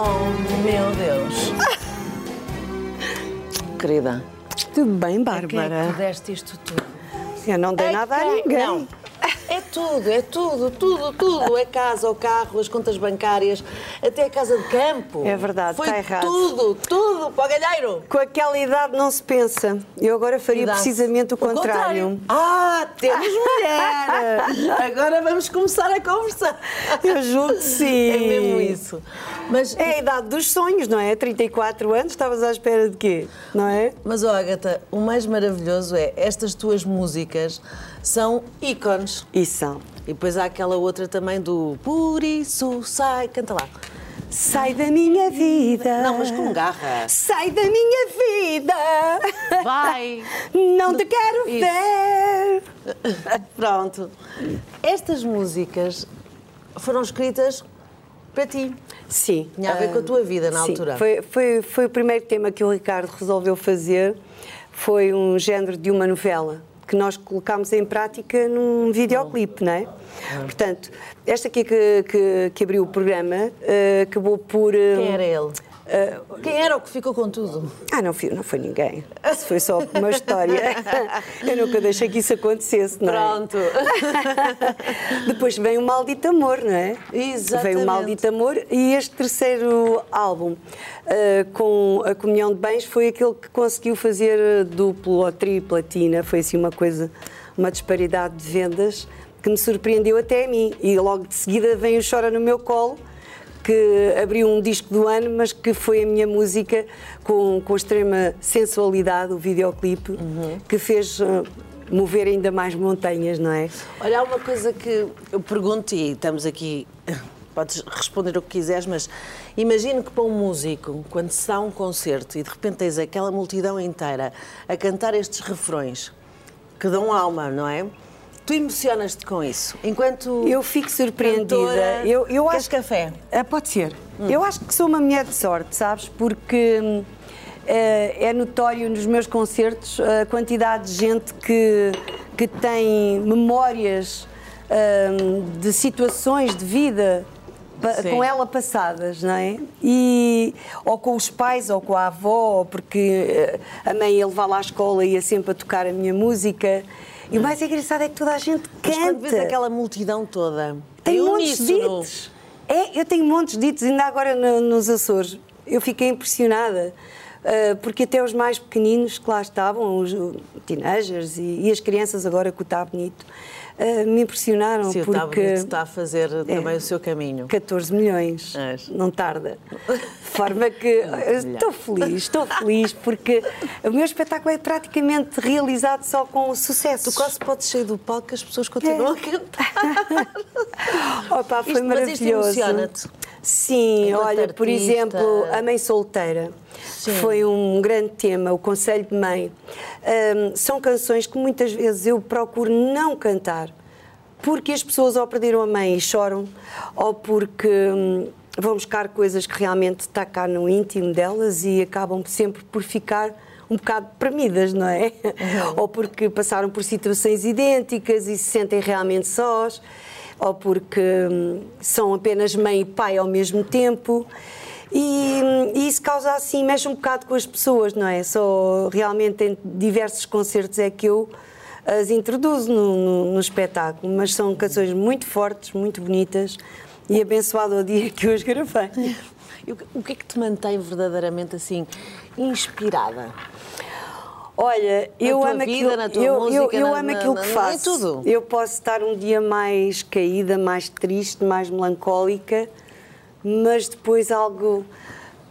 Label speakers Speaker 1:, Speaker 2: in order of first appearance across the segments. Speaker 1: Oh, Meu Deus. Querida,
Speaker 2: Tudo bem,
Speaker 1: quem é que
Speaker 2: Ah, Bárbara?
Speaker 1: tu deste isto tudo?
Speaker 2: Eu não dei
Speaker 1: Ai,
Speaker 2: nada a
Speaker 1: quem?
Speaker 2: ninguém.
Speaker 1: Não. É tudo, é tudo, tudo, tudo. É casa, o carro, as contas bancárias, até a casa de campo.
Speaker 2: É verdade,
Speaker 1: Foi
Speaker 2: está errado.
Speaker 1: tudo, tudo para o galheiro.
Speaker 2: Com aquela idade não se pensa. Eu agora faria
Speaker 1: Cuidado.
Speaker 2: precisamente o contrário.
Speaker 1: Ah, temos mulher. Agora vamos começar a conversar.
Speaker 2: Eu julgo que sim.
Speaker 1: É mesmo isso. Mas,
Speaker 2: É a idade dos sonhos, não é? 34 anos, estavas à espera de quê? Não é?
Speaker 1: mas oh, Agatha, o mais maravilhoso é estas tuas músicas são ícones.
Speaker 2: E são.
Speaker 1: E depois há aquela outra também do Por isso sai, canta lá.
Speaker 2: Sai da minha vida.
Speaker 1: Não, mas com garra.
Speaker 2: Sai da minha vida.
Speaker 3: Vai.
Speaker 2: Não te quero
Speaker 3: Isso.
Speaker 2: ver.
Speaker 1: Pronto. Estas músicas foram escritas para ti.
Speaker 2: Sim.
Speaker 1: Tinha a ver com a tua vida na
Speaker 2: Sim,
Speaker 1: altura.
Speaker 2: Foi, foi, foi o primeiro tema que o Ricardo resolveu fazer. Foi um género de uma novela que nós colocámos em prática num videoclipe, não é?
Speaker 1: Ah.
Speaker 2: Portanto, esta aqui que, que, que abriu o programa eh, acabou por. eh,
Speaker 1: Quem é? era ele? Quem era o que ficou com tudo?
Speaker 2: ah, não foi, não foi ninguém. Isso foi só uma história. Eu nunca deixei que isso acontecesse, não é?
Speaker 1: Pronto.
Speaker 2: Depois vem o Maldito Amor, não é?
Speaker 1: Exatamente.
Speaker 2: Vem o Maldito Amor e este terceiro álbum, ah, com a Comunhão de Bens, foi aquele que conseguiu fazer duplo ou triplatina. Foi assim uma coisa, uma disparidade de vendas que me surpreendeu até a mim. E logo de seguida vem o Chora no Meu Colo, que abriu um disco do ano, mas que foi a minha música com, com extrema sensualidade, o videoclipe, que fez ah, mover ainda mais montanhas, não é?
Speaker 1: Olha, há uma coisa que eu pergunto e estamos aqui, podes responder o que quiseres, mas imagino que para um músico, quando se dá um concerto e de repente tens aquela multidão inteira a cantar estes refrões que dão alma, não é? Tu emocionas-te com isso. Enquanto.
Speaker 2: Eu fico surpreendida.
Speaker 1: cantora,
Speaker 2: eu, eu
Speaker 1: queres
Speaker 2: acho
Speaker 1: café?
Speaker 2: Ah, pode ser. Eu acho que sou uma mulher de sorte, sabes? Porque hum, eh, é notório nos meus concertos a quantidade de gente que, que tem memórias hum, de situações de vida pa-
Speaker 1: Sim.
Speaker 2: com ela passadas, não é? E, ou com os pais, ou com a avó, ou porque eh, a mãe ia levá-la à escola e ia sempre a tocar a minha música. E o mais engraçado é que toda a gente
Speaker 1: Mas
Speaker 2: canta.
Speaker 1: quando vês aquela multidão toda.
Speaker 2: Tem
Speaker 1: em
Speaker 2: montes de
Speaker 1: uníssono,
Speaker 2: ditos. É, eu tenho montes de ditos, ainda agora no- nos Açores. Eu fiquei impressionada, ah, porque até os mais pequeninos que lá estavam, os uh, teenagers e, e as crianças agora com o Tá Bonito, ah, me impressionaram
Speaker 1: Sim, o Tá
Speaker 2: porque é.
Speaker 1: Bonito está a fazer também o seu caminho.
Speaker 2: 14 milhões,
Speaker 1: Acho.
Speaker 2: não tarda. De forma que eu estou feliz, estou feliz, porque o meu espetáculo é praticamente realizado só com sucesso.
Speaker 1: Tu quase podes sair do palco que as pessoas continuam
Speaker 2: É.
Speaker 1: a cantar.
Speaker 2: Opa, foi
Speaker 1: Isto- mas isto
Speaker 2: maravilhoso.
Speaker 1: emociona-te?
Speaker 2: Sim,
Speaker 1: Enquanto
Speaker 2: olha, por
Speaker 1: artista.
Speaker 2: exemplo, a mãe solteira.
Speaker 1: Sim.
Speaker 2: Foi um grande tema, o Conselho de Mãe. Ahm, são canções que muitas vezes eu procuro não cantar, porque as pessoas ou perderam a mãe e choram, ou porque hum, vão buscar coisas que realmente está cá no íntimo delas e acabam sempre por ficar um bocado deprimidas, não é? Ou porque passaram por situações idênticas e se sentem realmente sós, ou porque hum, são apenas mãe e pai ao mesmo tempo. E, hum, e isso causa assim, mexe um bocado com as pessoas, não é? Só realmente em diversos concertos é que eu as introduzo no, no- no espetáculo, mas são canções muito fortes, muito bonitas e abençoado o dia que eu as gravei.
Speaker 1: E o que- O que é que te mantém verdadeiramente assim inspirada?
Speaker 2: Olha, eu
Speaker 1: tua
Speaker 2: amo
Speaker 1: vida,
Speaker 2: aquilo,
Speaker 1: na tua
Speaker 2: eu, eu-
Speaker 1: música,
Speaker 2: eu
Speaker 1: na-
Speaker 2: amo
Speaker 1: na-
Speaker 2: aquilo
Speaker 1: na-
Speaker 2: que
Speaker 1: em
Speaker 2: faço.
Speaker 1: tudo.
Speaker 2: Eu posso estar um dia mais caída, mais triste, mais melancólica, mas depois algo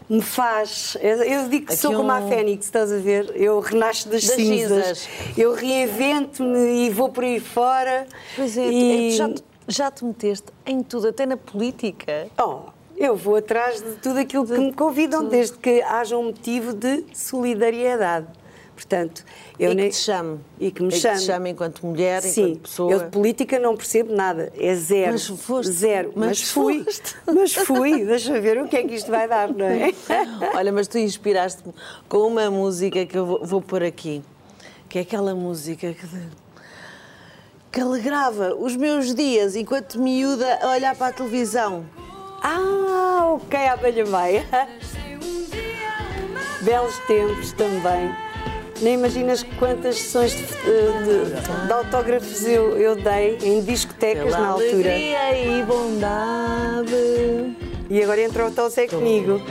Speaker 2: me faz. Eu, eu digo que
Speaker 1: Aqui
Speaker 2: sou como a
Speaker 1: um-
Speaker 2: Fénix, estás a ver? Eu renasço das,
Speaker 1: Das
Speaker 2: cinzas.
Speaker 1: cinzas.
Speaker 2: Eu reinvento-me e vou por aí fora.
Speaker 1: Pois é,
Speaker 2: e...
Speaker 1: tu já, te- já te meteste em tudo, até na política.
Speaker 2: Oh, eu vou atrás de tudo aquilo que me convidam, desde que haja um motivo de solidariedade. Portanto, eu
Speaker 1: e
Speaker 2: nem-
Speaker 1: que te chame.
Speaker 2: E que me
Speaker 1: e
Speaker 2: chame.
Speaker 1: Que te chame enquanto mulher,
Speaker 2: Sim,
Speaker 1: enquanto pessoa.
Speaker 2: eu de política não percebo nada, é zero.
Speaker 1: Mas foste.
Speaker 2: Zero,
Speaker 1: Mas
Speaker 2: mas, fui.
Speaker 1: foste.
Speaker 2: Mas fui, deixa ver o que é que isto vai dar, não é?
Speaker 1: Olha, mas tu inspiraste-me com uma música que eu vou, vou pôr aqui, que é aquela música que, que alegrava os meus dias enquanto miúda a olhar para a televisão.
Speaker 2: Ah, ok, a abelha meia.
Speaker 4: Sem
Speaker 2: belos tempos também. Nem imaginas quantas sessões de, de- de autógrafos eu, eu dei em discotecas
Speaker 1: Pela
Speaker 2: na altura.
Speaker 1: alegria e bondade.
Speaker 2: E agora entrou o Tosé comigo.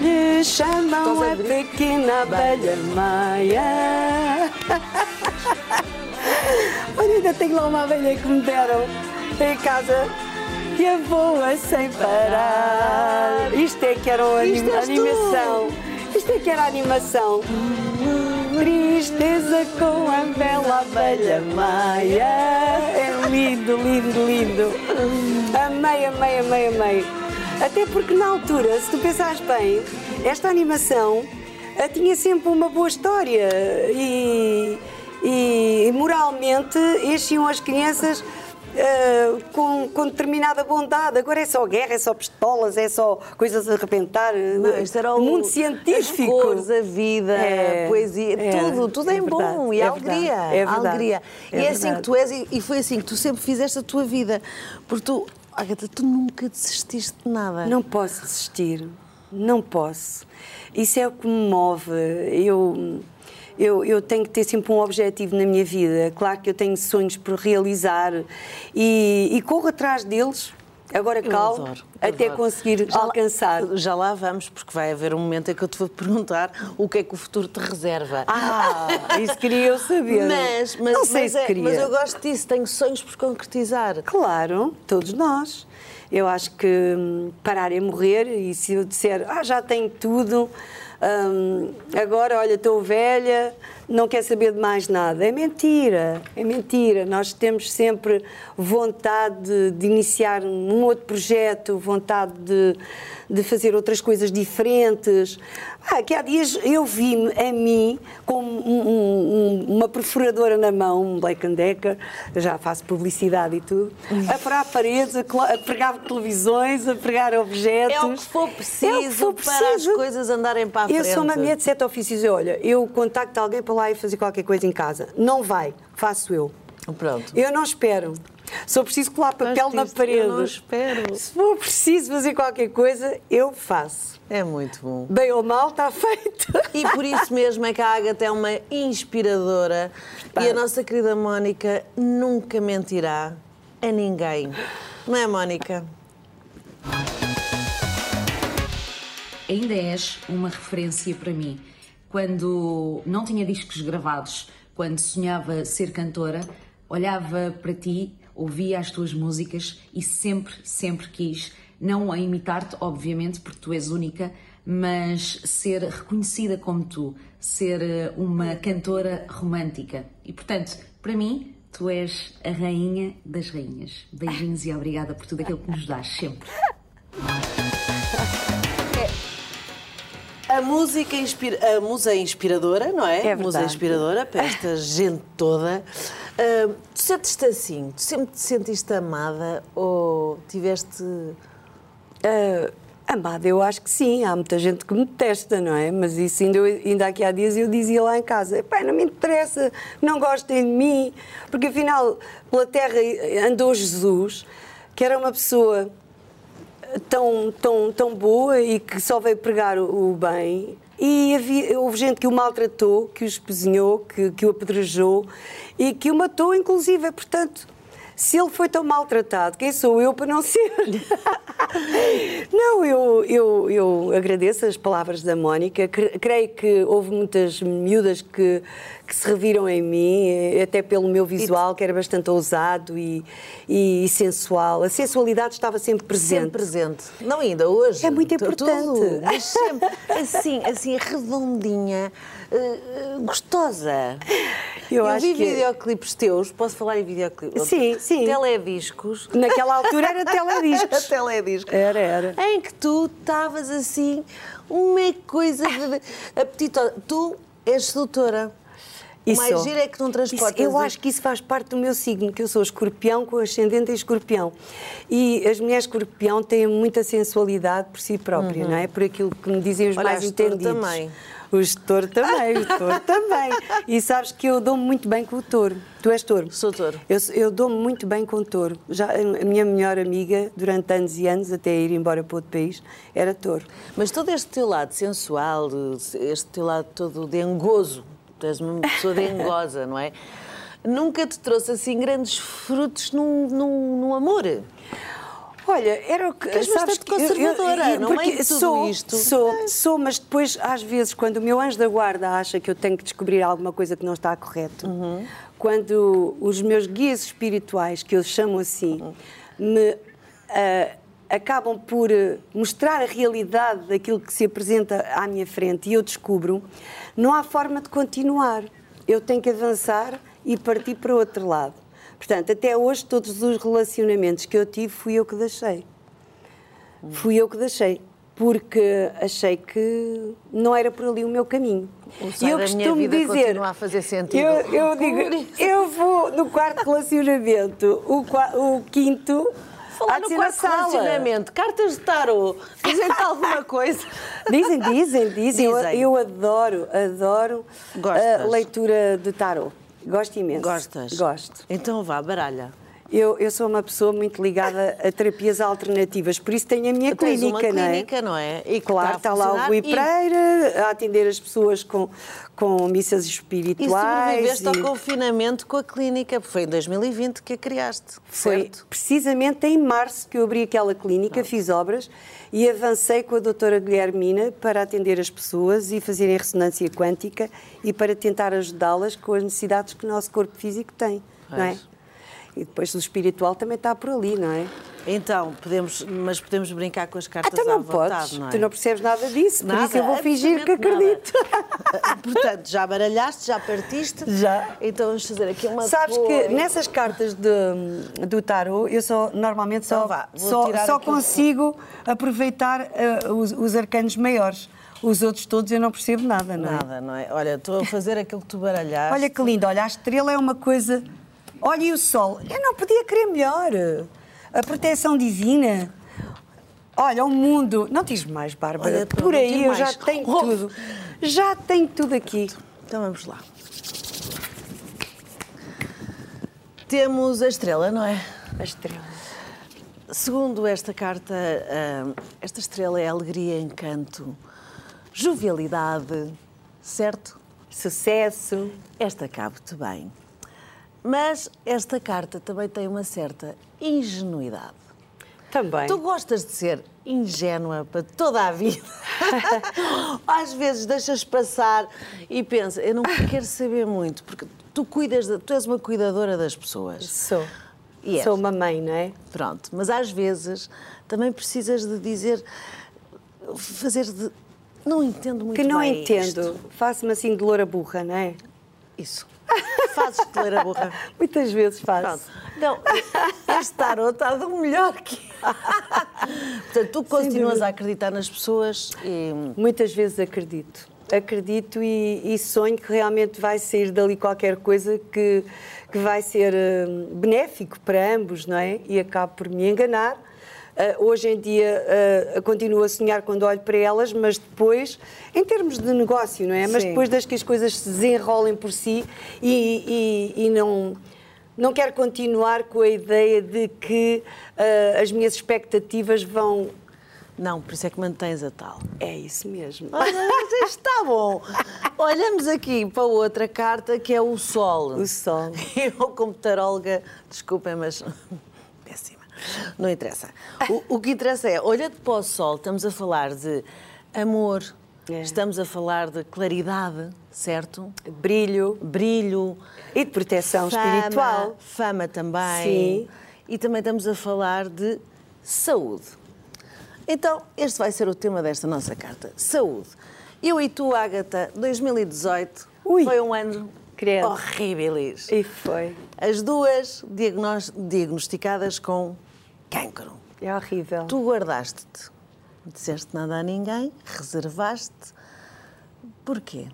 Speaker 2: Lhe chamam a pequena abelha maia. Olha, ainda tenho lá uma abelha que me deram em casa. Que a voa sem parar. Isto é que era a
Speaker 1: Isto és tu.
Speaker 2: animação. Isto é que era a animação. Tristeza com a bela abelha Maia. É lindo, lindo, lindo. Amei, amei, amei, amei. Até porque na altura, se tu pensares bem, esta animação eh, tinha sempre uma boa história e, e moralmente enchiam as crianças eh, com, com determinada bondade. Agora é só guerra, é só pistolas, é só coisas a arrebentar.
Speaker 1: Não, isto era o
Speaker 2: mundo
Speaker 1: As
Speaker 2: científico.
Speaker 1: cores, a vida,
Speaker 2: É,
Speaker 1: a poesia,
Speaker 2: é,
Speaker 1: tudo, tudo é,
Speaker 2: é
Speaker 1: bom
Speaker 2: verdade,
Speaker 1: e a
Speaker 2: é
Speaker 1: alegria.
Speaker 2: verdade, é
Speaker 1: a alegria.
Speaker 2: verdade,
Speaker 1: e
Speaker 2: é
Speaker 1: é assim que tu és e, e foi assim que tu sempre fizeste a tua vida. Porque tu, Agatha, tu nunca desististe de nada.
Speaker 2: Não posso desistir, não posso. Isso é o que me move. Eu, eu, eu tenho que ter sempre um objetivo na minha vida. Claro que eu tenho sonhos por realizar e, e corro atrás deles, agora
Speaker 1: Eu
Speaker 2: calmo,
Speaker 1: adoro,
Speaker 2: até
Speaker 1: adoro.
Speaker 2: conseguir
Speaker 1: Já lá-
Speaker 2: alcançar.
Speaker 1: já lá vamos, porque vai haver um momento em que eu te vou perguntar o que é que o futuro te reserva.
Speaker 2: Ah, isso queria eu saber.
Speaker 1: Mas, mas,
Speaker 2: não sei
Speaker 1: mas
Speaker 2: se
Speaker 1: é-
Speaker 2: queria.
Speaker 1: mas eu gosto disso, tenho sonhos por concretizar.
Speaker 2: Claro, todos nós. Eu acho que hum, parar é morrer e se eu disser, ah, já tenho tudo, hum, agora, olha, estou velha, não quero saber de mais nada. É mentira, é mentira. Nós temos sempre vontade de, de iniciar um outro projeto, vontade de, de fazer outras coisas diferentes. Ah, que há dias eu vi-me a mim com um- um- um- uma perfuradora na mão, um Black and Decker, eu já faço publicidade e tudo, a furar paredes, a, colo- a pregar televisões, a pregar objetos.
Speaker 1: É o que for preciso,
Speaker 2: É o que for
Speaker 1: para as
Speaker 2: preciso.
Speaker 1: coisas andarem para a
Speaker 2: Eu
Speaker 1: frente.
Speaker 2: sou uma mulher de sete ofícios. Eu, olha, eu contacto alguém para lá e fazer qualquer coisa em casa. Não vai, faço eu.
Speaker 1: Pronto.
Speaker 2: Eu não espero. Só preciso colar papel
Speaker 1: Mas
Speaker 2: na
Speaker 1: disse,
Speaker 2: parede.
Speaker 1: Eu não espero.
Speaker 2: Se for preciso fazer qualquer coisa, eu faço.
Speaker 1: É muito bom.
Speaker 2: Bem ou mal, está feito.
Speaker 1: E por isso mesmo é que a Agatha é uma inspiradora e a nossa querida Mónica nunca mentirá a ninguém. Não é, Mónica?
Speaker 3: ainda és uma referência para mim. Quando não tinha discos gravados, quando sonhava ser cantora, olhava para ti, ouvia as tuas músicas e sempre, sempre quis, não a imitar-te, obviamente, porque tu és única, mas ser reconhecida como tu, ser eh, uma cantora romântica. E portanto, para mim, tu és a rainha das rainhas. Beijinhos e obrigada por tudo aquilo que nos dás sempre.
Speaker 1: A música inspira... a musa inspiradora, não é?
Speaker 2: É
Speaker 1: musa
Speaker 2: verdade.
Speaker 1: inspiradora para esta gente toda. Ah, tu sentiste assim? Tu sempre te sentiste amada ou tiveste.
Speaker 2: Ah, amada, eu acho que sim. Há muita gente que me detesta, não é? Mas isso ainda, eu- ainda aqui há dias eu dizia lá em casa: pai, não me interessa, não gostem de mim. Porque afinal, pela terra andou Jesus, que era uma pessoa tão, tão, tão boa e que só veio pregar o, o bem. E havia, houve gente que o maltratou, que o espesinhou, que, que o apedrejou e que o matou, inclusive. Portanto, se ele foi tão maltratado, quem sou eu para não ser? não, eu, eu, eu agradeço as palavras da Mónica. Cre- Creio que houve muitas miúdas que, que se reviram em mim, eh, até pelo meu visual, que era bastante ousado e, e sensual. A sensualidade estava sempre presente.
Speaker 1: Sempre presente. Não ainda hoje.
Speaker 2: É muito
Speaker 1: Tu-
Speaker 2: importante.
Speaker 1: Tudo, mas sempre assim, assim, redondinha, eh, eh, gostosa.
Speaker 2: Eu acho
Speaker 1: vi
Speaker 2: que-
Speaker 1: videoclipes teus, posso falar em videoclipes?
Speaker 2: Sim, sim.
Speaker 1: Telediscos.
Speaker 2: Naquela altura era telediscos.
Speaker 1: Telediscos.
Speaker 2: Era, era.
Speaker 1: Em que tu estavas assim, uma coisa de- apetitosa. Tu és sedutora. O mais
Speaker 2: Isso.
Speaker 1: giro é que não transportas.
Speaker 2: Isso, eu
Speaker 1: a-
Speaker 2: acho que isso faz parte do meu signo, que eu sou escorpião com ascendente em escorpião. E as mulheres escorpião têm muita sensualidade por si própria, não é? Por aquilo que me dizem os
Speaker 1: Uhum. Olha,
Speaker 2: mais
Speaker 1: és touro
Speaker 2: entendidos.
Speaker 1: também.
Speaker 2: O gestor também, o touro também. E sabes que eu dou-me muito bem com o touro. Tu és touro?
Speaker 1: Sou touro.
Speaker 2: Eu, sou- eu dou-me muito bem com o touro. Já, a minha melhor amiga, durante anos e anos, até ir embora para outro país, era touro.
Speaker 1: Mas todo este teu lado sensual, este teu lado todo de engozo, tu és uma pessoa de engosa, não é? Nunca te trouxe assim grandes frutos num, num, num amor.
Speaker 2: Olha, era o que.
Speaker 1: és bastante
Speaker 2: que eu- eu-
Speaker 1: conservadora,
Speaker 2: eu-
Speaker 1: no
Speaker 2: porque
Speaker 1: meio de tudo
Speaker 2: sou,
Speaker 1: isto.
Speaker 2: Sou, sou, mas depois, às vezes, quando o meu anjo da guarda acha que eu tenho que descobrir alguma coisa que não está correto,
Speaker 1: Uhum.
Speaker 2: quando os meus guias espirituais, que eu chamo assim, me. ah, Acabam por ah, mostrar a realidade daquilo que se apresenta à minha frente e eu descubro, não há forma de continuar. Eu tenho que avançar e partir para outro lado. Portanto, até hoje, todos os relacionamentos que eu tive fui eu que deixei. Fui eu que deixei, porque achei que não era por ali o meu caminho.
Speaker 1: Ou
Speaker 2: E
Speaker 1: seja,
Speaker 2: eu
Speaker 1: a minha
Speaker 2: costumo
Speaker 1: vida
Speaker 2: dizer,
Speaker 1: continua a fazer sentido.
Speaker 2: Eu, eu digo, eu vou no quarto relacionamento, o, qua- o quinto há
Speaker 1: Falar
Speaker 2: de
Speaker 1: no
Speaker 2: ser na
Speaker 1: quarto
Speaker 2: sala.
Speaker 1: relacionamento, cartas de tarô, dizem-te tá alguma coisa.
Speaker 2: Dizem, dizem, dizem. Eu-
Speaker 1: Dizem.
Speaker 2: Eu, adoro, adoro
Speaker 1: Gostas?
Speaker 2: a leitura de tarot. Gosto imenso.
Speaker 1: Gostas?
Speaker 2: Gosto.
Speaker 1: Então vá, baralha.
Speaker 2: Eu, eu sou uma pessoa muito ligada a terapias alternativas, por isso tenho a minha
Speaker 1: Tens
Speaker 2: clínica,
Speaker 1: uma
Speaker 2: não é?
Speaker 1: clínica, não é? E que
Speaker 2: Claro,
Speaker 1: está
Speaker 2: está
Speaker 1: a
Speaker 2: lá o
Speaker 1: funcionar
Speaker 2: Rui
Speaker 1: e-
Speaker 2: Pereira a atender as pessoas com, com missas
Speaker 1: E
Speaker 2: espirituais.
Speaker 1: sobreviveste ao confinamento com a clínica, porque foi em 2020 que a criaste,
Speaker 2: Foi
Speaker 1: certo?
Speaker 2: precisamente em março que eu abri aquela clínica, fiz obras e avancei com a doutora Guilhermina para atender as pessoas e fazerem ressonância quântica e para tentar ajudá-las com as necessidades que o nosso corpo físico tem, não é?
Speaker 1: Pois.
Speaker 2: E depois o espiritual também está por ali, não é?
Speaker 1: Então, podemos, mas podemos brincar com as cartas
Speaker 2: Até
Speaker 1: à
Speaker 2: Então não
Speaker 1: vontade,
Speaker 2: podes,
Speaker 1: não é?
Speaker 2: tu não percebes nada disso, por
Speaker 1: Nada,
Speaker 2: isso eu vou fingir que acredito.
Speaker 1: absolutamente nada. Portanto, já baralhaste, já partiste.
Speaker 2: Já.
Speaker 1: Então vamos fazer aqui uma
Speaker 2: Sabes
Speaker 1: coisa.
Speaker 2: que nessas cartas de- do tarô, eu só normalmente só,
Speaker 1: Então vá, vou
Speaker 2: só,
Speaker 1: tirar
Speaker 2: só
Speaker 1: aqui um o-
Speaker 2: consigo aproveitar eh, os, os arcanos maiores. Os outros todos eu não percebo nada, não é?
Speaker 1: Nada, não é? Olha, estou a fazer aquilo que tu baralhaste.
Speaker 2: Olha que lindo, olha, a estrela é uma coisa. Olha, e o sol? Eu não podia querer melhor. A proteção divina. Olha, o mundo. Não diz mais, Bárbara.
Speaker 1: Olha,
Speaker 2: Por
Speaker 1: não
Speaker 2: aí
Speaker 1: diz
Speaker 2: eu já
Speaker 1: mais.
Speaker 2: tenho
Speaker 1: Oh.
Speaker 2: tudo. Já tenho tudo aqui.
Speaker 1: Então vamos lá. Temos a estrela, não é?
Speaker 2: A estrela.
Speaker 1: Segundo esta carta, ah, esta estrela é alegria, encanto, jovialidade, certo?
Speaker 2: Sucesso.
Speaker 1: Esta cabe-te bem. Mas esta carta também tem uma certa ingenuidade.
Speaker 2: Também.
Speaker 1: Tu gostas de ser ingênua para toda a vida. Às vezes deixas passar e pensas, eu não quero saber muito, porque tu cuidas, de- tu és uma cuidadora das pessoas.
Speaker 2: Sou.
Speaker 1: E és.
Speaker 2: Sou uma mãe, não é?
Speaker 1: Pronto, mas às vezes também precisas de dizer, fazer de. Não entendo muito
Speaker 2: que não
Speaker 1: bem isto."
Speaker 2: entendo. Faço-me assim de loura burra, não é?
Speaker 1: Isso. Fazes-te ler a burra.
Speaker 2: Muitas vezes
Speaker 1: Pronto.
Speaker 2: faço.
Speaker 1: Então, este tarot está do melhor que. Portanto, tu continuas a acreditar nas pessoas e.
Speaker 2: Muitas vezes acredito. Acredito e, e sonho que realmente vai sair dali qualquer coisa que, que vai ser hum, benéfico para ambos, não é? E acabo por me enganar. Ah, hoje em dia ah, continuo a sonhar quando olho para elas, mas depois, em termos de negócio, não é? Mas
Speaker 1: Sim.
Speaker 2: depois das que as coisas se desenrolem por si e, e- e não. Não quero continuar com a ideia de que ah, as minhas expectativas vão.
Speaker 1: Não, por isso é que mantens a tal.
Speaker 2: É isso mesmo.
Speaker 1: Olha, Ah, mas isto está bom. Olhamos aqui para outra carta que é o Sol.
Speaker 2: O sol.
Speaker 1: Eu, como taróloga, desculpem, mas péssima. Não interessa. O, o que interessa é, olhando para o sol, estamos a falar de amor,
Speaker 2: É.
Speaker 1: estamos a falar de claridade, certo?
Speaker 2: Brilho.
Speaker 1: Brilho.
Speaker 2: E de proteção espiritual.
Speaker 1: Fama também.
Speaker 2: Sim.
Speaker 1: E também estamos a falar de saúde. Então, este vai ser o tema desta nossa carta: saúde. Eu e tu, Ágata, 2018
Speaker 2: Ui.
Speaker 1: foi um ano
Speaker 2: Credo.
Speaker 1: horríveis.
Speaker 2: E foi.
Speaker 1: As duas diagnos- diagnosticadas com cancro.
Speaker 2: É horrível.
Speaker 1: Tu guardaste-te, não disseste nada a ninguém, reservaste. Porquê?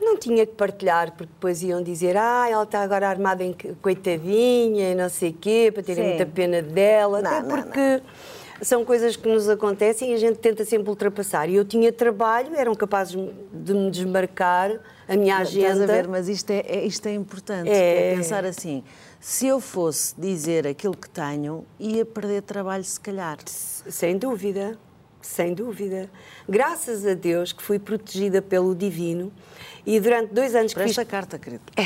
Speaker 2: Não tinha que partilhar, porque depois iam dizer ah, ela está agora armada em que- coitadinha e não sei o quê, para terem
Speaker 1: Sim.
Speaker 2: muita pena dela.
Speaker 1: Não,
Speaker 2: Até
Speaker 1: não,
Speaker 2: porque são coisas que nos acontecem e a gente tenta sempre ultrapassar. E eu tinha trabalho, eram capazes de me desmarcar a minha agenda.
Speaker 1: Estás a ver, mas isto é, é- isto é importante.
Speaker 2: É.
Speaker 1: É. pensar assim, se eu fosse dizer aquilo que tenho, ia perder trabalho se calhar.
Speaker 2: Sem dúvida, sem dúvida. Graças a Deus que fui protegida pelo Divino e durante dois anos
Speaker 1: Por
Speaker 2: que fiz
Speaker 1: esta carta, querido.
Speaker 2: É.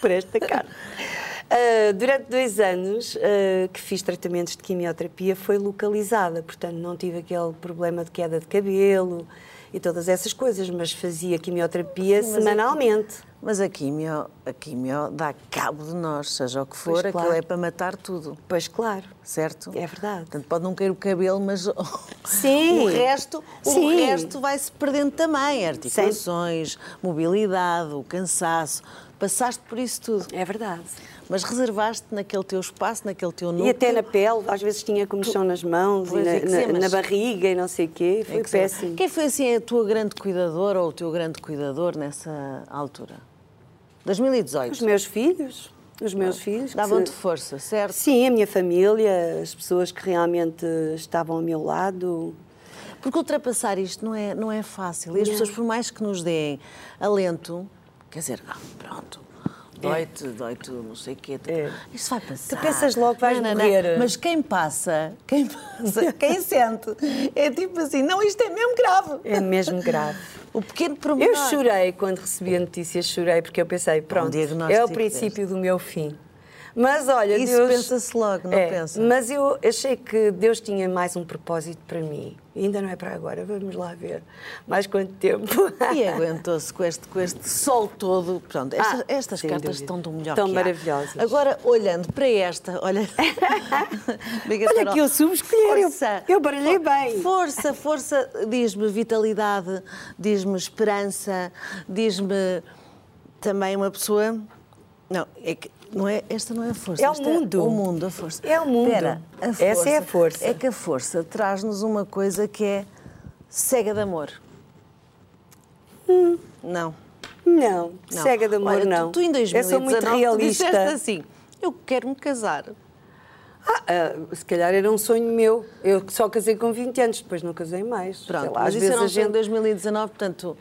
Speaker 2: por esta cara. Ah, durante dois anos ah, que fiz tratamentos de quimioterapia foi localizada, portanto não tive aquele problema de queda de cabelo e todas essas coisas, mas fazia quimioterapia
Speaker 1: Sim, mas
Speaker 2: semanalmente.
Speaker 1: Mas a quimio, a quimio dá cabo de nós, seja o que for,
Speaker 2: Pois,
Speaker 1: aquilo
Speaker 2: claro.
Speaker 1: é para matar tudo,
Speaker 2: Pois claro.
Speaker 1: certo?
Speaker 2: É verdade.
Speaker 1: Portanto, pode não cair o cabelo, mas o-
Speaker 2: Sim.
Speaker 1: o resto, o
Speaker 2: Sim.
Speaker 1: resto vai-se perdendo também. Articulações, mobilidade, o cansaço. Passaste por isso tudo.
Speaker 2: É verdade.
Speaker 1: Mas reservaste naquele teu espaço, naquele teu núcleo.
Speaker 2: E até na pele, às vezes tinha comichão nas mãos
Speaker 1: Pois,
Speaker 2: e na- na,
Speaker 1: eczemas.
Speaker 2: na barriga e não sei o quê. Foi
Speaker 1: Eczema.
Speaker 2: péssimo.
Speaker 1: Quem foi assim a tua grande cuidadora ou o teu grande cuidador nessa altura?
Speaker 2: Os
Speaker 1: 2018.
Speaker 2: meus filhos, os meus filhos. que
Speaker 1: Davam-te
Speaker 2: se-
Speaker 1: força, certo?
Speaker 2: Sim, a minha família, as pessoas que realmente estavam ao meu lado.
Speaker 1: Porque ultrapassar isto não é, não é fácil. E as
Speaker 2: Não.
Speaker 1: pessoas, por mais que nos deem alento, quer dizer, ah, pronto, dói-te, dói-te, não sei o quê. tu-
Speaker 2: É.
Speaker 1: Isso vai passar.
Speaker 2: Tu pensas logo que vais morrer.
Speaker 1: Mas quem passa, quem passa, quem sente, é tipo assim, não, isto é mesmo grave.
Speaker 2: É mesmo grave.
Speaker 1: O pequeno pormenor.
Speaker 2: Eu chorei quando recebi a notícia, chorei, porque eu pensei, pronto,
Speaker 1: diagnóstico
Speaker 2: é o princípio do meu fim. Mas olha,
Speaker 1: Isso
Speaker 2: Deus...
Speaker 1: pensa-se logo, não
Speaker 2: É,
Speaker 1: pensa?
Speaker 2: Mas eu achei que Deus tinha mais um propósito para mim. Ainda não é para agora, vamos lá ver. Mais quanto tempo.
Speaker 1: E é? aguentou-se com este, com este sol todo. Pronto, estas,
Speaker 2: Ah,
Speaker 1: estas
Speaker 2: sem
Speaker 1: cartas
Speaker 2: dúvida.
Speaker 1: estão do melhor
Speaker 2: Estão
Speaker 1: que há.
Speaker 2: maravilhosas.
Speaker 1: Agora, olhando para esta, olha... Diga,
Speaker 2: olha
Speaker 1: Carol,
Speaker 2: que eu soube escolher, eu-
Speaker 1: Força.
Speaker 2: eu baralhei bem.
Speaker 1: Força, força, diz-me vitalidade, diz-me esperança, diz-me também uma pessoa... Não, é que não é, esta não é a força.
Speaker 2: É o
Speaker 1: isto
Speaker 2: mundo.
Speaker 1: o mundo, a força.
Speaker 2: É o mundo.
Speaker 1: Espera, a
Speaker 2: Essa é a força.
Speaker 1: É que a força traz-nos uma coisa que é cega de amor. Não.
Speaker 2: Não,
Speaker 1: não.
Speaker 2: Hum. cega de amor,
Speaker 1: Olha, tu-
Speaker 2: não.
Speaker 1: Tu, em 2019
Speaker 2: eu sou muito
Speaker 1: tu
Speaker 2: realista.
Speaker 1: disseste assim, eu quero me casar.
Speaker 2: Ah, ah, se calhar era um sonho meu. Eu só casei com 20 anos, depois não casei mais.
Speaker 1: Pronto,
Speaker 2: Sei lá,
Speaker 1: mas
Speaker 2: às
Speaker 1: isso
Speaker 2: vezes
Speaker 1: era um
Speaker 2: a
Speaker 1: sonho
Speaker 2: gente.
Speaker 1: de 2019, portanto,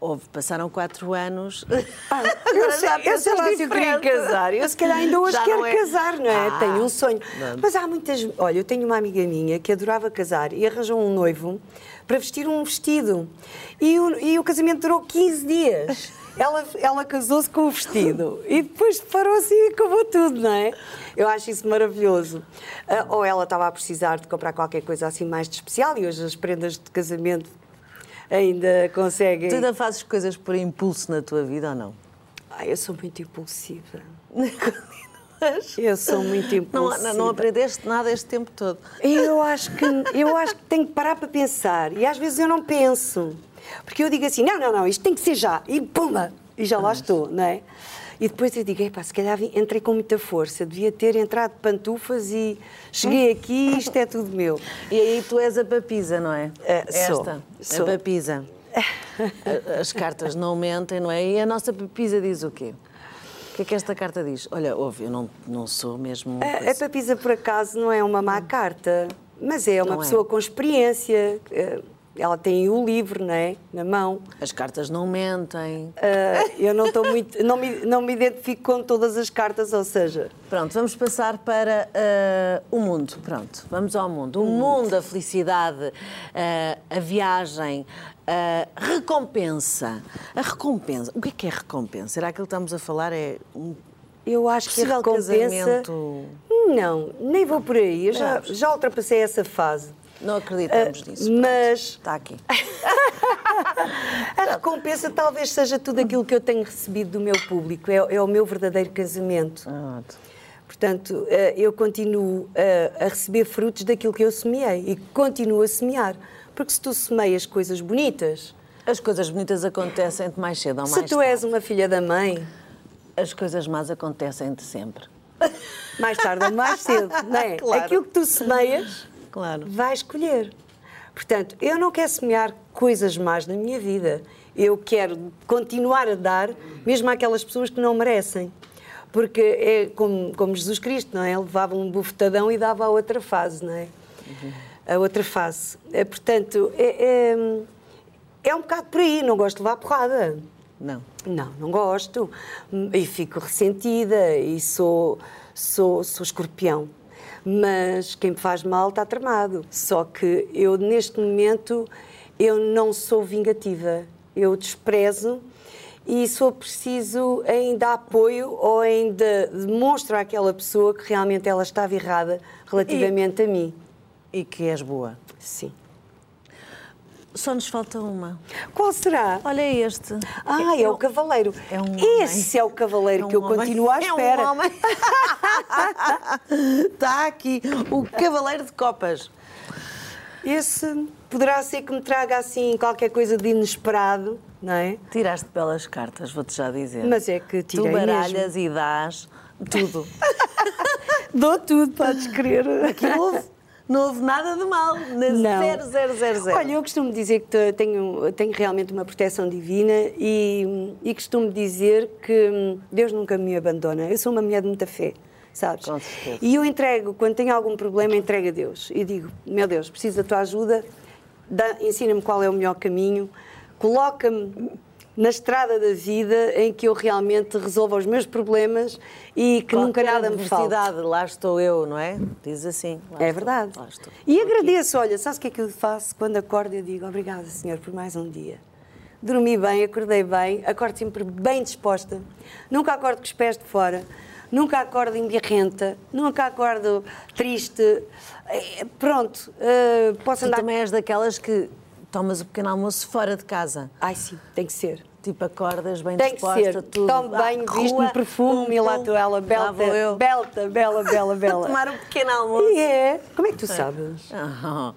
Speaker 1: houve, passaram quatro anos.
Speaker 2: Ah, eu
Speaker 1: Agora
Speaker 2: sei,
Speaker 1: já
Speaker 2: eu sei lá
Speaker 1: pensas
Speaker 2: se eu queria
Speaker 1: diferente.
Speaker 2: casar. Eu se calhar ainda hoje
Speaker 1: Já
Speaker 2: quero
Speaker 1: não é.
Speaker 2: casar, não é?
Speaker 1: Ah,
Speaker 2: tenho um sonho.
Speaker 1: não.
Speaker 2: Mas há muitas. Olha, eu tenho uma amiga minha que adorava casar e arranjou um noivo para vestir um vestido. E o, e o casamento durou 15 dias. Ela, ela casou-se com o vestido e depois parou-se e acabou tudo, não é? Eu acho isso maravilhoso. Ah, ou ela estava a precisar de comprar qualquer coisa assim mais de especial e hoje as prendas de casamento ainda conseguem.
Speaker 1: Tu ainda fazes coisas por impulso na tua vida ou não?
Speaker 2: Ai, eu sou muito impulsiva. Eu sou muito
Speaker 1: Não,
Speaker 2: impulsiva.
Speaker 1: não, não aprendeste nada este tempo todo.
Speaker 2: Eu acho que eu acho que tenho que parar para pensar e às vezes eu não penso porque eu digo assim não não não isto tem que ser já e pumba e já lá estou não é e depois eu digo epá, se calhar vim- entrei com muita força devia ter entrado de pantufas e cheguei aqui e isto é tudo meu
Speaker 1: E aí tu és a papisa, não é?
Speaker 2: É, sou,
Speaker 1: Esta,
Speaker 2: sou.
Speaker 1: a papisa. A- As cartas não mentem, não é? E a nossa papisa diz o quê? O que é que esta carta diz? Olha, ouve, eu não, não sou mesmo... uma
Speaker 2: A, a
Speaker 1: coisa. assim.
Speaker 2: papisa, por acaso, não é uma má carta, mas é uma
Speaker 1: Não é.
Speaker 2: pessoa com experiência. eh, Ela tem o livro, não é? Na mão.
Speaker 1: As cartas não mentem.
Speaker 2: Ah, eu não estou muito. Não me, não me identifico com todas as cartas, ou seja.
Speaker 1: Pronto, vamos passar para ah, o mundo. Pronto, vamos ao mundo. O mundo, a felicidade, ah, a viagem, a recompensa. A recompensa. O que é que é recompensa? Será que aquilo que estamos a falar é um
Speaker 2: Eu acho que a
Speaker 1: Possível
Speaker 2: recompensa.
Speaker 1: casamento.
Speaker 2: Não, nem vou por aí. Eu já, já ultrapassei essa fase. Ah,
Speaker 1: Não acreditamos nisso. Pronto.
Speaker 2: Eh, mas-
Speaker 1: Está aqui.
Speaker 2: A recompensa talvez seja tudo aquilo que eu tenho recebido do meu público. É, é o meu verdadeiro casamento. Portanto, eh, eu continuo eh, a receber frutos daquilo que eu semeei e continuo a semear. Porque se tu semeias coisas bonitas,
Speaker 1: As coisas bonitas acontecem-te mais cedo ou mais
Speaker 2: se tu
Speaker 1: tarde.
Speaker 2: és uma filha da mãe,
Speaker 1: As coisas más acontecem-te sempre.
Speaker 2: mais tarde ou mais cedo, não é?
Speaker 1: Claro.
Speaker 2: Aquilo que tu semeias,
Speaker 1: Claro.
Speaker 2: vais colher. Portanto, eu não quero semear coisas más na minha vida. Eu quero continuar a dar, mesmo àquelas pessoas que não merecem. Porque é como, como Jesus Cristo, não é? Ele levava um bofetadão e dava a outra fase, não é? a outra face. É, portanto, é, é, é um bocado por aí, não gosto de levar porrada.
Speaker 1: Não.
Speaker 2: Não, não gosto. E fico ressentida e sou, sou, sou escorpião. Mas quem me faz mal está tramado. Só que eu, neste momento, eu não sou vingativa. Eu desprezo e sou preciso ainda apoio ou ainda demonstro àquela pessoa que realmente ela estava errada relativamente a mim.
Speaker 1: E que és boa.
Speaker 2: Sim.
Speaker 1: Só nos falta uma.
Speaker 2: Qual será?
Speaker 1: Olha este.
Speaker 2: Ah, é,
Speaker 1: eu-
Speaker 2: o cavaleiro.
Speaker 1: É um
Speaker 2: Esse é o cavaleiro
Speaker 1: É
Speaker 2: que eu
Speaker 1: um homem.
Speaker 2: continuo à espera.
Speaker 1: É um homem. Está Tá aqui o Cavaleiro de Copas.
Speaker 2: Esse poderá ser que me traga assim qualquer coisa de inesperado, não é?
Speaker 1: Tiraste belas cartas, vou-te já dizer.
Speaker 2: Mas é que tirei
Speaker 1: Tu baralhas e dás tudo.
Speaker 2: mesmo. Dou tudo, podes crer.
Speaker 1: Que houve, não houve nada de mal.
Speaker 2: Não.
Speaker 1: Zero, zero, zero, zero.
Speaker 2: Olha, eu costumo dizer que te- tenho, tenho realmente uma proteção divina e, e costumo dizer que hum, Deus nunca me abandona. Eu sou uma mulher de muita fé, sabes?
Speaker 1: Com certeza.
Speaker 2: E eu entrego, quando tenho algum problema, entrego a Deus. E digo, meu Deus, preciso da tua ajuda, dá- ensina-me qual é o melhor caminho, coloca-me na estrada da vida em que eu realmente resolva os meus problemas e que nunca
Speaker 1: Qualquer
Speaker 2: nada me falte.
Speaker 1: adversidade, lá estou eu, não é? Diz assim. lá
Speaker 2: É
Speaker 1: estou,
Speaker 2: verdade.
Speaker 1: Lá estou.
Speaker 2: E agradeço, olha, sabes o que é que eu faço? Quando acordo, eu digo obrigada, Senhor, por mais um dia. Dormi bem, acordei bem, acordo sempre bem disposta. Nunca acordo com os pés de fora, nunca acordo embirrenta, nunca acordo triste. Eh, Pronto, eh, posso
Speaker 1: Tu
Speaker 2: andar.
Speaker 1: também és daquelas que tomas o pequeno almoço fora de casa.
Speaker 2: Ai, sim, tem que ser.
Speaker 1: Tipo, acordas bem
Speaker 2: Tem que
Speaker 1: disposta,
Speaker 2: ser.
Speaker 1: tudo.
Speaker 2: Tomo
Speaker 1: Ah,
Speaker 2: banho,
Speaker 1: rua,
Speaker 2: visto-me um perfume
Speaker 1: pum,
Speaker 2: e lá
Speaker 1: pum.
Speaker 2: estou ela,
Speaker 1: Lá
Speaker 2: belta,
Speaker 1: vou eu.
Speaker 2: belta, bela, bela, bela.
Speaker 1: Tomar um pequeno almoço.
Speaker 2: E é. Como é que tu sabes?
Speaker 1: Ah,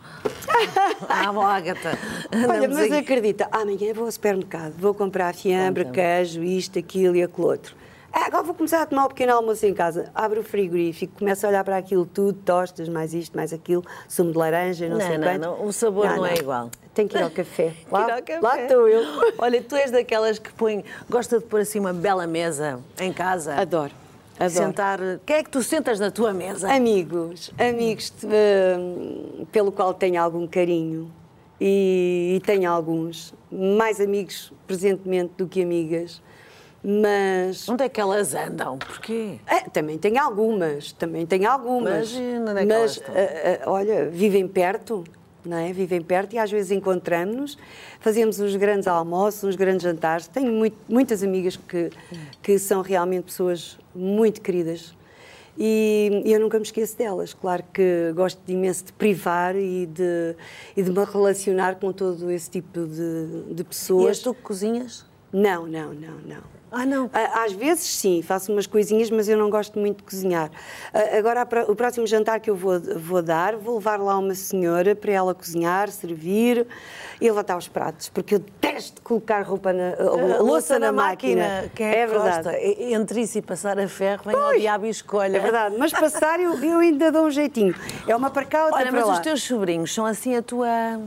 Speaker 1: Ah, bom, Agatha.
Speaker 2: Olha,
Speaker 1: andamos
Speaker 2: mas é
Speaker 1: aqui.
Speaker 2: acredita, amanhã vou ao supermercado, vou comprar fiambre,
Speaker 1: Então.
Speaker 2: queijo, isto, aquilo e aquilo outro. Ah, agora vou começar a tomar o pequeno almoço em casa. Abro o frigorífico, começo a olhar para aquilo tudo, tostas, mais isto, mais aquilo, sumo de laranja, não,
Speaker 1: Não,
Speaker 2: sei
Speaker 1: não,
Speaker 2: quanto.
Speaker 1: não, o sabor não é igual.
Speaker 2: Tenho que ir ao café. Lá,
Speaker 1: Ir ao café.
Speaker 2: lá estou eu.
Speaker 1: Olha, tu és daquelas que põe, gosta de pôr assim uma bela mesa em casa.
Speaker 2: Adoro, adoro.
Speaker 1: Sentar. Quem é que tu sentas na tua mesa?
Speaker 2: Amigos, amigos eh, pelo qual tenho algum carinho e, e tenho alguns, mais amigos presentemente do que amigas, mas
Speaker 1: Onde é que elas andam? Porquê?
Speaker 2: É, também tem algumas, também tem
Speaker 1: Mas,
Speaker 2: algumas.
Speaker 1: e onde é que elas
Speaker 2: Mas,
Speaker 1: estão?
Speaker 2: ah, ah, olha, vivem perto, não é? Vivem perto e às vezes encontramos-nos, fazemos uns grandes almoços, uns grandes jantares. Tenho muito- muitas amigas que, que são realmente pessoas muito queridas. E eu nunca me esqueço delas. Claro que gosto de imenso de privar e de, e de me relacionar com todo esse tipo de, de
Speaker 1: E
Speaker 2: pessoas.
Speaker 1: és tu que cozinhas?
Speaker 2: Não, não, não, não.
Speaker 1: Ah, não.
Speaker 2: Ah, Às vezes sim, faço umas coisinhas, mas eu não gosto muito de cozinhar. Ah, Agora, a pro- o próximo jantar que eu vou, vou dar, vou levar lá uma senhora para ela cozinhar, servir e levantar os pratos, porque eu detesto colocar roupa na, a
Speaker 1: A
Speaker 2: Ah, louça, na, máquina.
Speaker 1: Quem é,
Speaker 2: é
Speaker 1: que
Speaker 2: verdade.
Speaker 1: gosta? E- Entre isso e passar a ferro, vem ao
Speaker 2: Pois.
Speaker 1: diabo e escolha.
Speaker 2: É verdade, mas passar eu, eu ainda dou um jeitinho. É uma para cá, outra
Speaker 1: Olha,
Speaker 2: para
Speaker 1: mas
Speaker 2: lá.
Speaker 1: os teus sobrinhos são assim a tua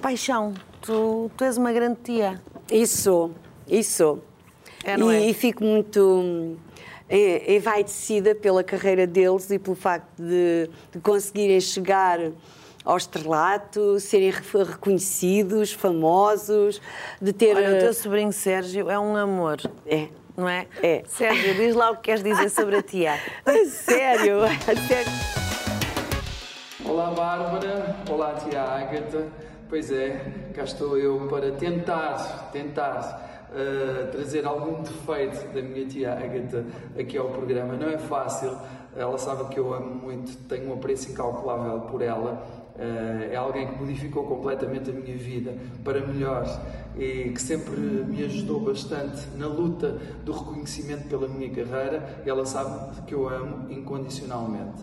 Speaker 1: paixão. Tu, tu és uma grande tia.
Speaker 2: Isso sou, isso sou.
Speaker 1: É, não
Speaker 2: e,
Speaker 1: é?
Speaker 2: e fico muito hum, eh, envaidecida pela carreira deles e pelo facto de, de conseguirem chegar ao estrelato, serem re- reconhecidos, famosos, de ter.
Speaker 1: Olha, o teu sobrinho Sérgio é um amor,
Speaker 2: É.
Speaker 1: não Eh, é?
Speaker 2: É.
Speaker 1: Sérgio, diz lá o que queres dizer sobre a é. tia. é?
Speaker 2: A sério, a sério.
Speaker 4: Olá Bárbara, olá tia Ágata. Pois é, cá estou eu para tentar, tentar eh, trazer algum defeito da minha tia Ágata aqui ao programa. Não é fácil, ela sabe que eu amo muito, tenho um apreço incalculável por ela. Eh, é alguém que modificou completamente a minha vida para melhor e que sempre me ajudou bastante na luta do reconhecimento pela minha carreira. Ela sabe que eu amo incondicionalmente.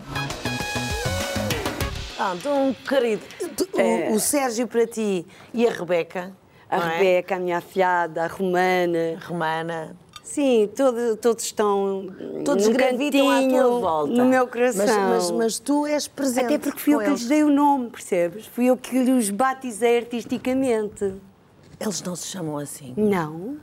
Speaker 1: Ah, então, querido, É. tu- o- o, Sérgio para ti e a Rebeca,
Speaker 2: A
Speaker 1: não é?
Speaker 2: Rebeca, a minha afilhada, a Romana.
Speaker 1: Romana,
Speaker 2: Sim, todo- todos estão.
Speaker 1: todos
Speaker 2: num
Speaker 1: gravitam à
Speaker 2: cantinho,
Speaker 1: tua volta.
Speaker 2: No meu
Speaker 1: Mas-
Speaker 2: coração.
Speaker 1: Mas, mas tu és presente.
Speaker 2: Até porque fui
Speaker 1: com
Speaker 2: eu que lhes
Speaker 1: eles.
Speaker 2: dei o nome, percebes? Fui eu que os batizei artisticamente.
Speaker 1: Eles não se chamam assim.
Speaker 2: Não,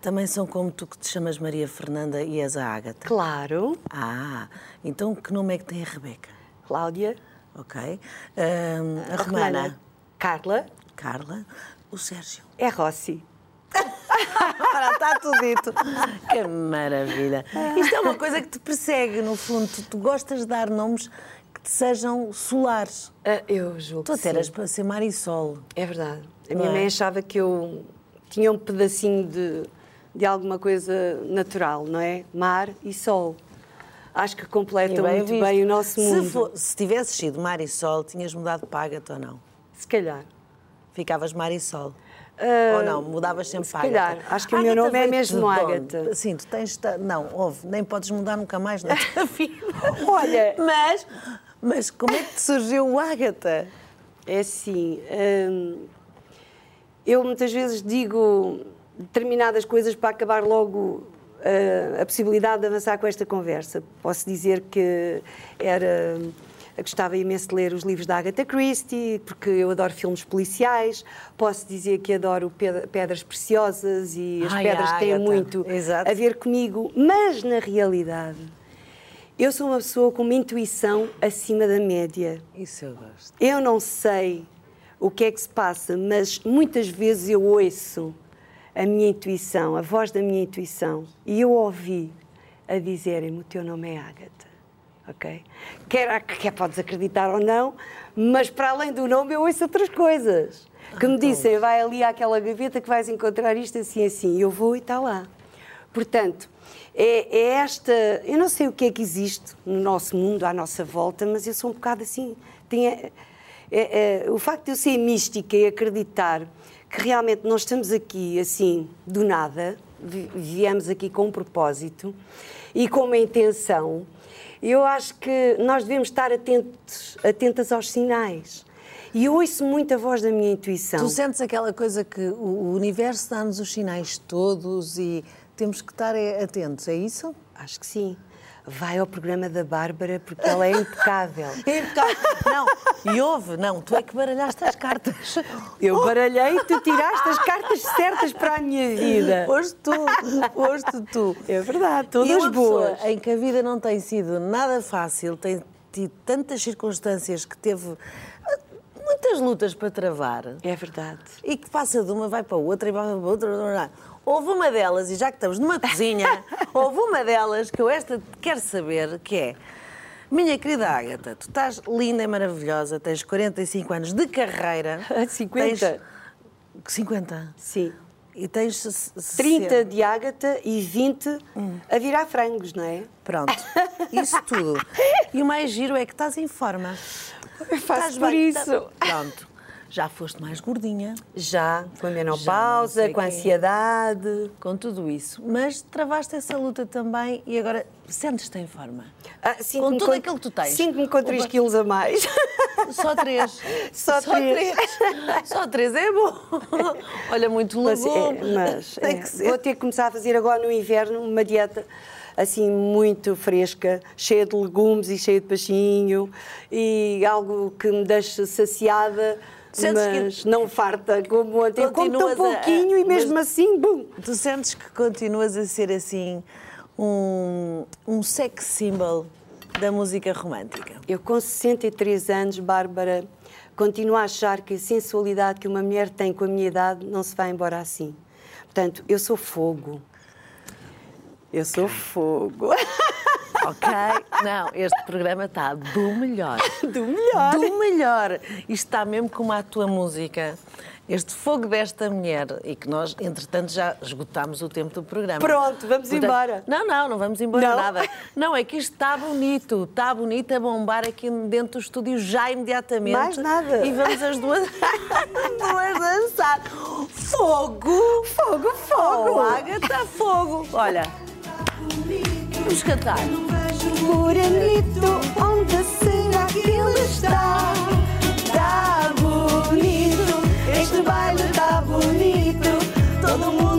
Speaker 1: Também são como tu que te chamas Maria Fernanda e és a Ágata.
Speaker 2: claro.
Speaker 1: Ah, então que nome é que tem a Rebeca?
Speaker 2: Cláudia.
Speaker 1: ok? Ahm, a, Romana,
Speaker 2: Romana. Carla
Speaker 1: Carla, o Sérgio.
Speaker 2: é Rossi.
Speaker 1: Ora, está tudo dito. Que maravilha. Isto é uma coisa que te persegue, no fundo. Tu, tu gostas de dar nomes que te sejam solares.
Speaker 2: Ah, eu julgo.
Speaker 1: Tu
Speaker 2: que
Speaker 1: até
Speaker 2: sim.
Speaker 1: eras para ser Marisol.
Speaker 2: É verdade. A
Speaker 1: Não
Speaker 2: minha
Speaker 1: é?
Speaker 2: mãe achava que eu tinha um pedacinho de, de alguma coisa natural, não é? Mar e sol. Acho que
Speaker 1: E
Speaker 2: completam muito
Speaker 1: visto.
Speaker 2: bem o nosso mundo.
Speaker 1: Se, fo- se tivesses sido Marisol, tinhas mudado para Ágata ou não?
Speaker 2: Se calhar.
Speaker 1: Ficavas Marisol.
Speaker 2: Ah,
Speaker 1: ou não, mudavas sempre
Speaker 2: se
Speaker 1: para Ágata.
Speaker 2: calhar. Acho que o meu
Speaker 1: Ágata
Speaker 2: nome é
Speaker 1: veio-te
Speaker 2: mesmo
Speaker 1: de onde?
Speaker 2: Ágata.
Speaker 1: Sim, tu tens. ta- Não, ouve, nem podes mudar nunca mais na tua vida.
Speaker 2: Olha,
Speaker 1: Mas, mas como é que te surgiu o Ágata?
Speaker 2: É assim. hum, eu muitas vezes digo determinadas coisas para acabar logo ah, a possibilidade de avançar com esta conversa. Posso dizer que era. eu Gostava imenso de ler os livros da Agatha Christie, porque eu adoro filmes policiais. Posso dizer que adoro ped- Pedras Preciosas e as
Speaker 1: Ai,
Speaker 2: pedras
Speaker 1: a
Speaker 2: têm
Speaker 1: Agatha.
Speaker 2: muito
Speaker 1: Exato.
Speaker 2: a ver comigo. Mas, na realidade, eu sou uma pessoa com uma intuição acima da média.
Speaker 1: Isso eu gosto.
Speaker 2: Eu não sei o que é que se passa, mas muitas vezes eu ouço a minha intuição, a voz da minha intuição, e eu ouvi a dizerem-me: o teu nome é Ágata. Ok? Quer, quer podes acreditar ou não, mas para além do nome eu ouço outras coisas. Que me dizem, vai ali àquela gaveta que vais encontrar isto assim, assim. E Eu vou e está lá. Portanto, é, é esta. Eu não sei o que é que existe no nosso mundo, à nossa volta, mas eu sou um bocado assim. tenho a- é- é- o facto de eu ser mística e acreditar que realmente nós estamos aqui assim, do nada, vi- viemos aqui com um propósito e com uma intenção, eu acho que nós devemos estar atentos, atentas aos sinais. E eu ouço muito a voz da minha intuição.
Speaker 1: Tu sentes aquela coisa que o o universo dá-nos os sinais todos e temos que estar eh, atentos, é isso?
Speaker 2: Acho que sim. Vai ao programa da Bárbara porque ela é impecável.
Speaker 1: É impecável. Não, e houve, não, tu é que baralhaste as cartas.
Speaker 2: Eu baralhei e tu tiraste as cartas certas para a minha vida.
Speaker 1: Foste tu, foste tu.
Speaker 2: É verdade,
Speaker 1: e
Speaker 2: todas
Speaker 1: uma pessoa
Speaker 2: boas.
Speaker 1: em que a vida não tem sido nada fácil, tem tido tantas circunstâncias que teve ah, muitas lutas para travar.
Speaker 2: É verdade.
Speaker 1: E que passa de uma, vai para outra e vai para outra. blá, blá, blá. Houve uma delas, e já que estamos numa cozinha, houve uma delas que eu esta quero saber, que é... Minha querida Ágata, tu estás linda e maravilhosa, tens 45 anos de carreira.
Speaker 2: 50.
Speaker 1: Tens 50.
Speaker 2: Sim.
Speaker 1: E tens... se- se-
Speaker 2: 30 de Ágata e 20 a virar frangos, não é?
Speaker 1: Pronto, isso tudo. E o mais giro é que estás em forma.
Speaker 2: Eu
Speaker 1: Estás
Speaker 2: faço por
Speaker 1: bem,
Speaker 2: isso.
Speaker 1: tá- Pronto, já foste mais gordinha.
Speaker 2: Já, com a
Speaker 1: Já, não
Speaker 2: menopausa,
Speaker 1: sei
Speaker 2: com a
Speaker 1: quê.
Speaker 2: ansiedade.
Speaker 1: com tudo isso, mas travaste essa luta também e agora sentes-te em forma.
Speaker 2: Ah, sinto-me
Speaker 1: tudo aquilo que tu tens.
Speaker 2: Sinto-me com 3 quilos a mais.
Speaker 1: Só três.
Speaker 2: Só três.
Speaker 1: três. Só três é bom. Olha, muito
Speaker 2: Mas, é,
Speaker 1: legume.
Speaker 2: mas,
Speaker 1: Tem
Speaker 2: é,
Speaker 1: que
Speaker 2: vou
Speaker 1: ser.
Speaker 2: ter que começar a fazer agora no inverno uma dieta assim muito fresca, cheia de legumes e cheia de peixinho e algo que me deixe saciada.
Speaker 1: Sentes que-
Speaker 2: mas não farta como ontem. Eu como tão
Speaker 1: Continuas a-
Speaker 2: pouquinho e
Speaker 1: mas-
Speaker 2: mesmo assim, bum!
Speaker 1: Tu sentes que continuas a ser assim um, um sex symbol da música romântica.
Speaker 2: Eu com 63 anos, Bárbara, continuo a achar que a sensualidade que uma mulher tem com a minha idade não se vai embora assim. Portanto, eu sou fogo. Eu sou fogo.
Speaker 1: Ok? Não, este programa está do melhor.
Speaker 2: Do melhor.
Speaker 1: Do melhor. Isto está mesmo como a tua música. Este fogo desta mulher. E que nós, entretanto, já esgotámos o tempo do programa.
Speaker 2: Pronto, vamos embora.
Speaker 1: Não, não, não vamos embora
Speaker 2: Não?
Speaker 1: nada. Não, é que isto está bonito. Está bonito a bombar aqui dentro do estúdio já imediatamente.
Speaker 2: Mais nada.
Speaker 1: E vamos as duas, duas dançar. Fogo! Fogo, fogo! Oh, Agatha, fogo! Olha, vamos cantar.
Speaker 2: Uranito, onde será que ele está? Tá bonito, este baile tá bonito, todo mundo é Tá É um Tá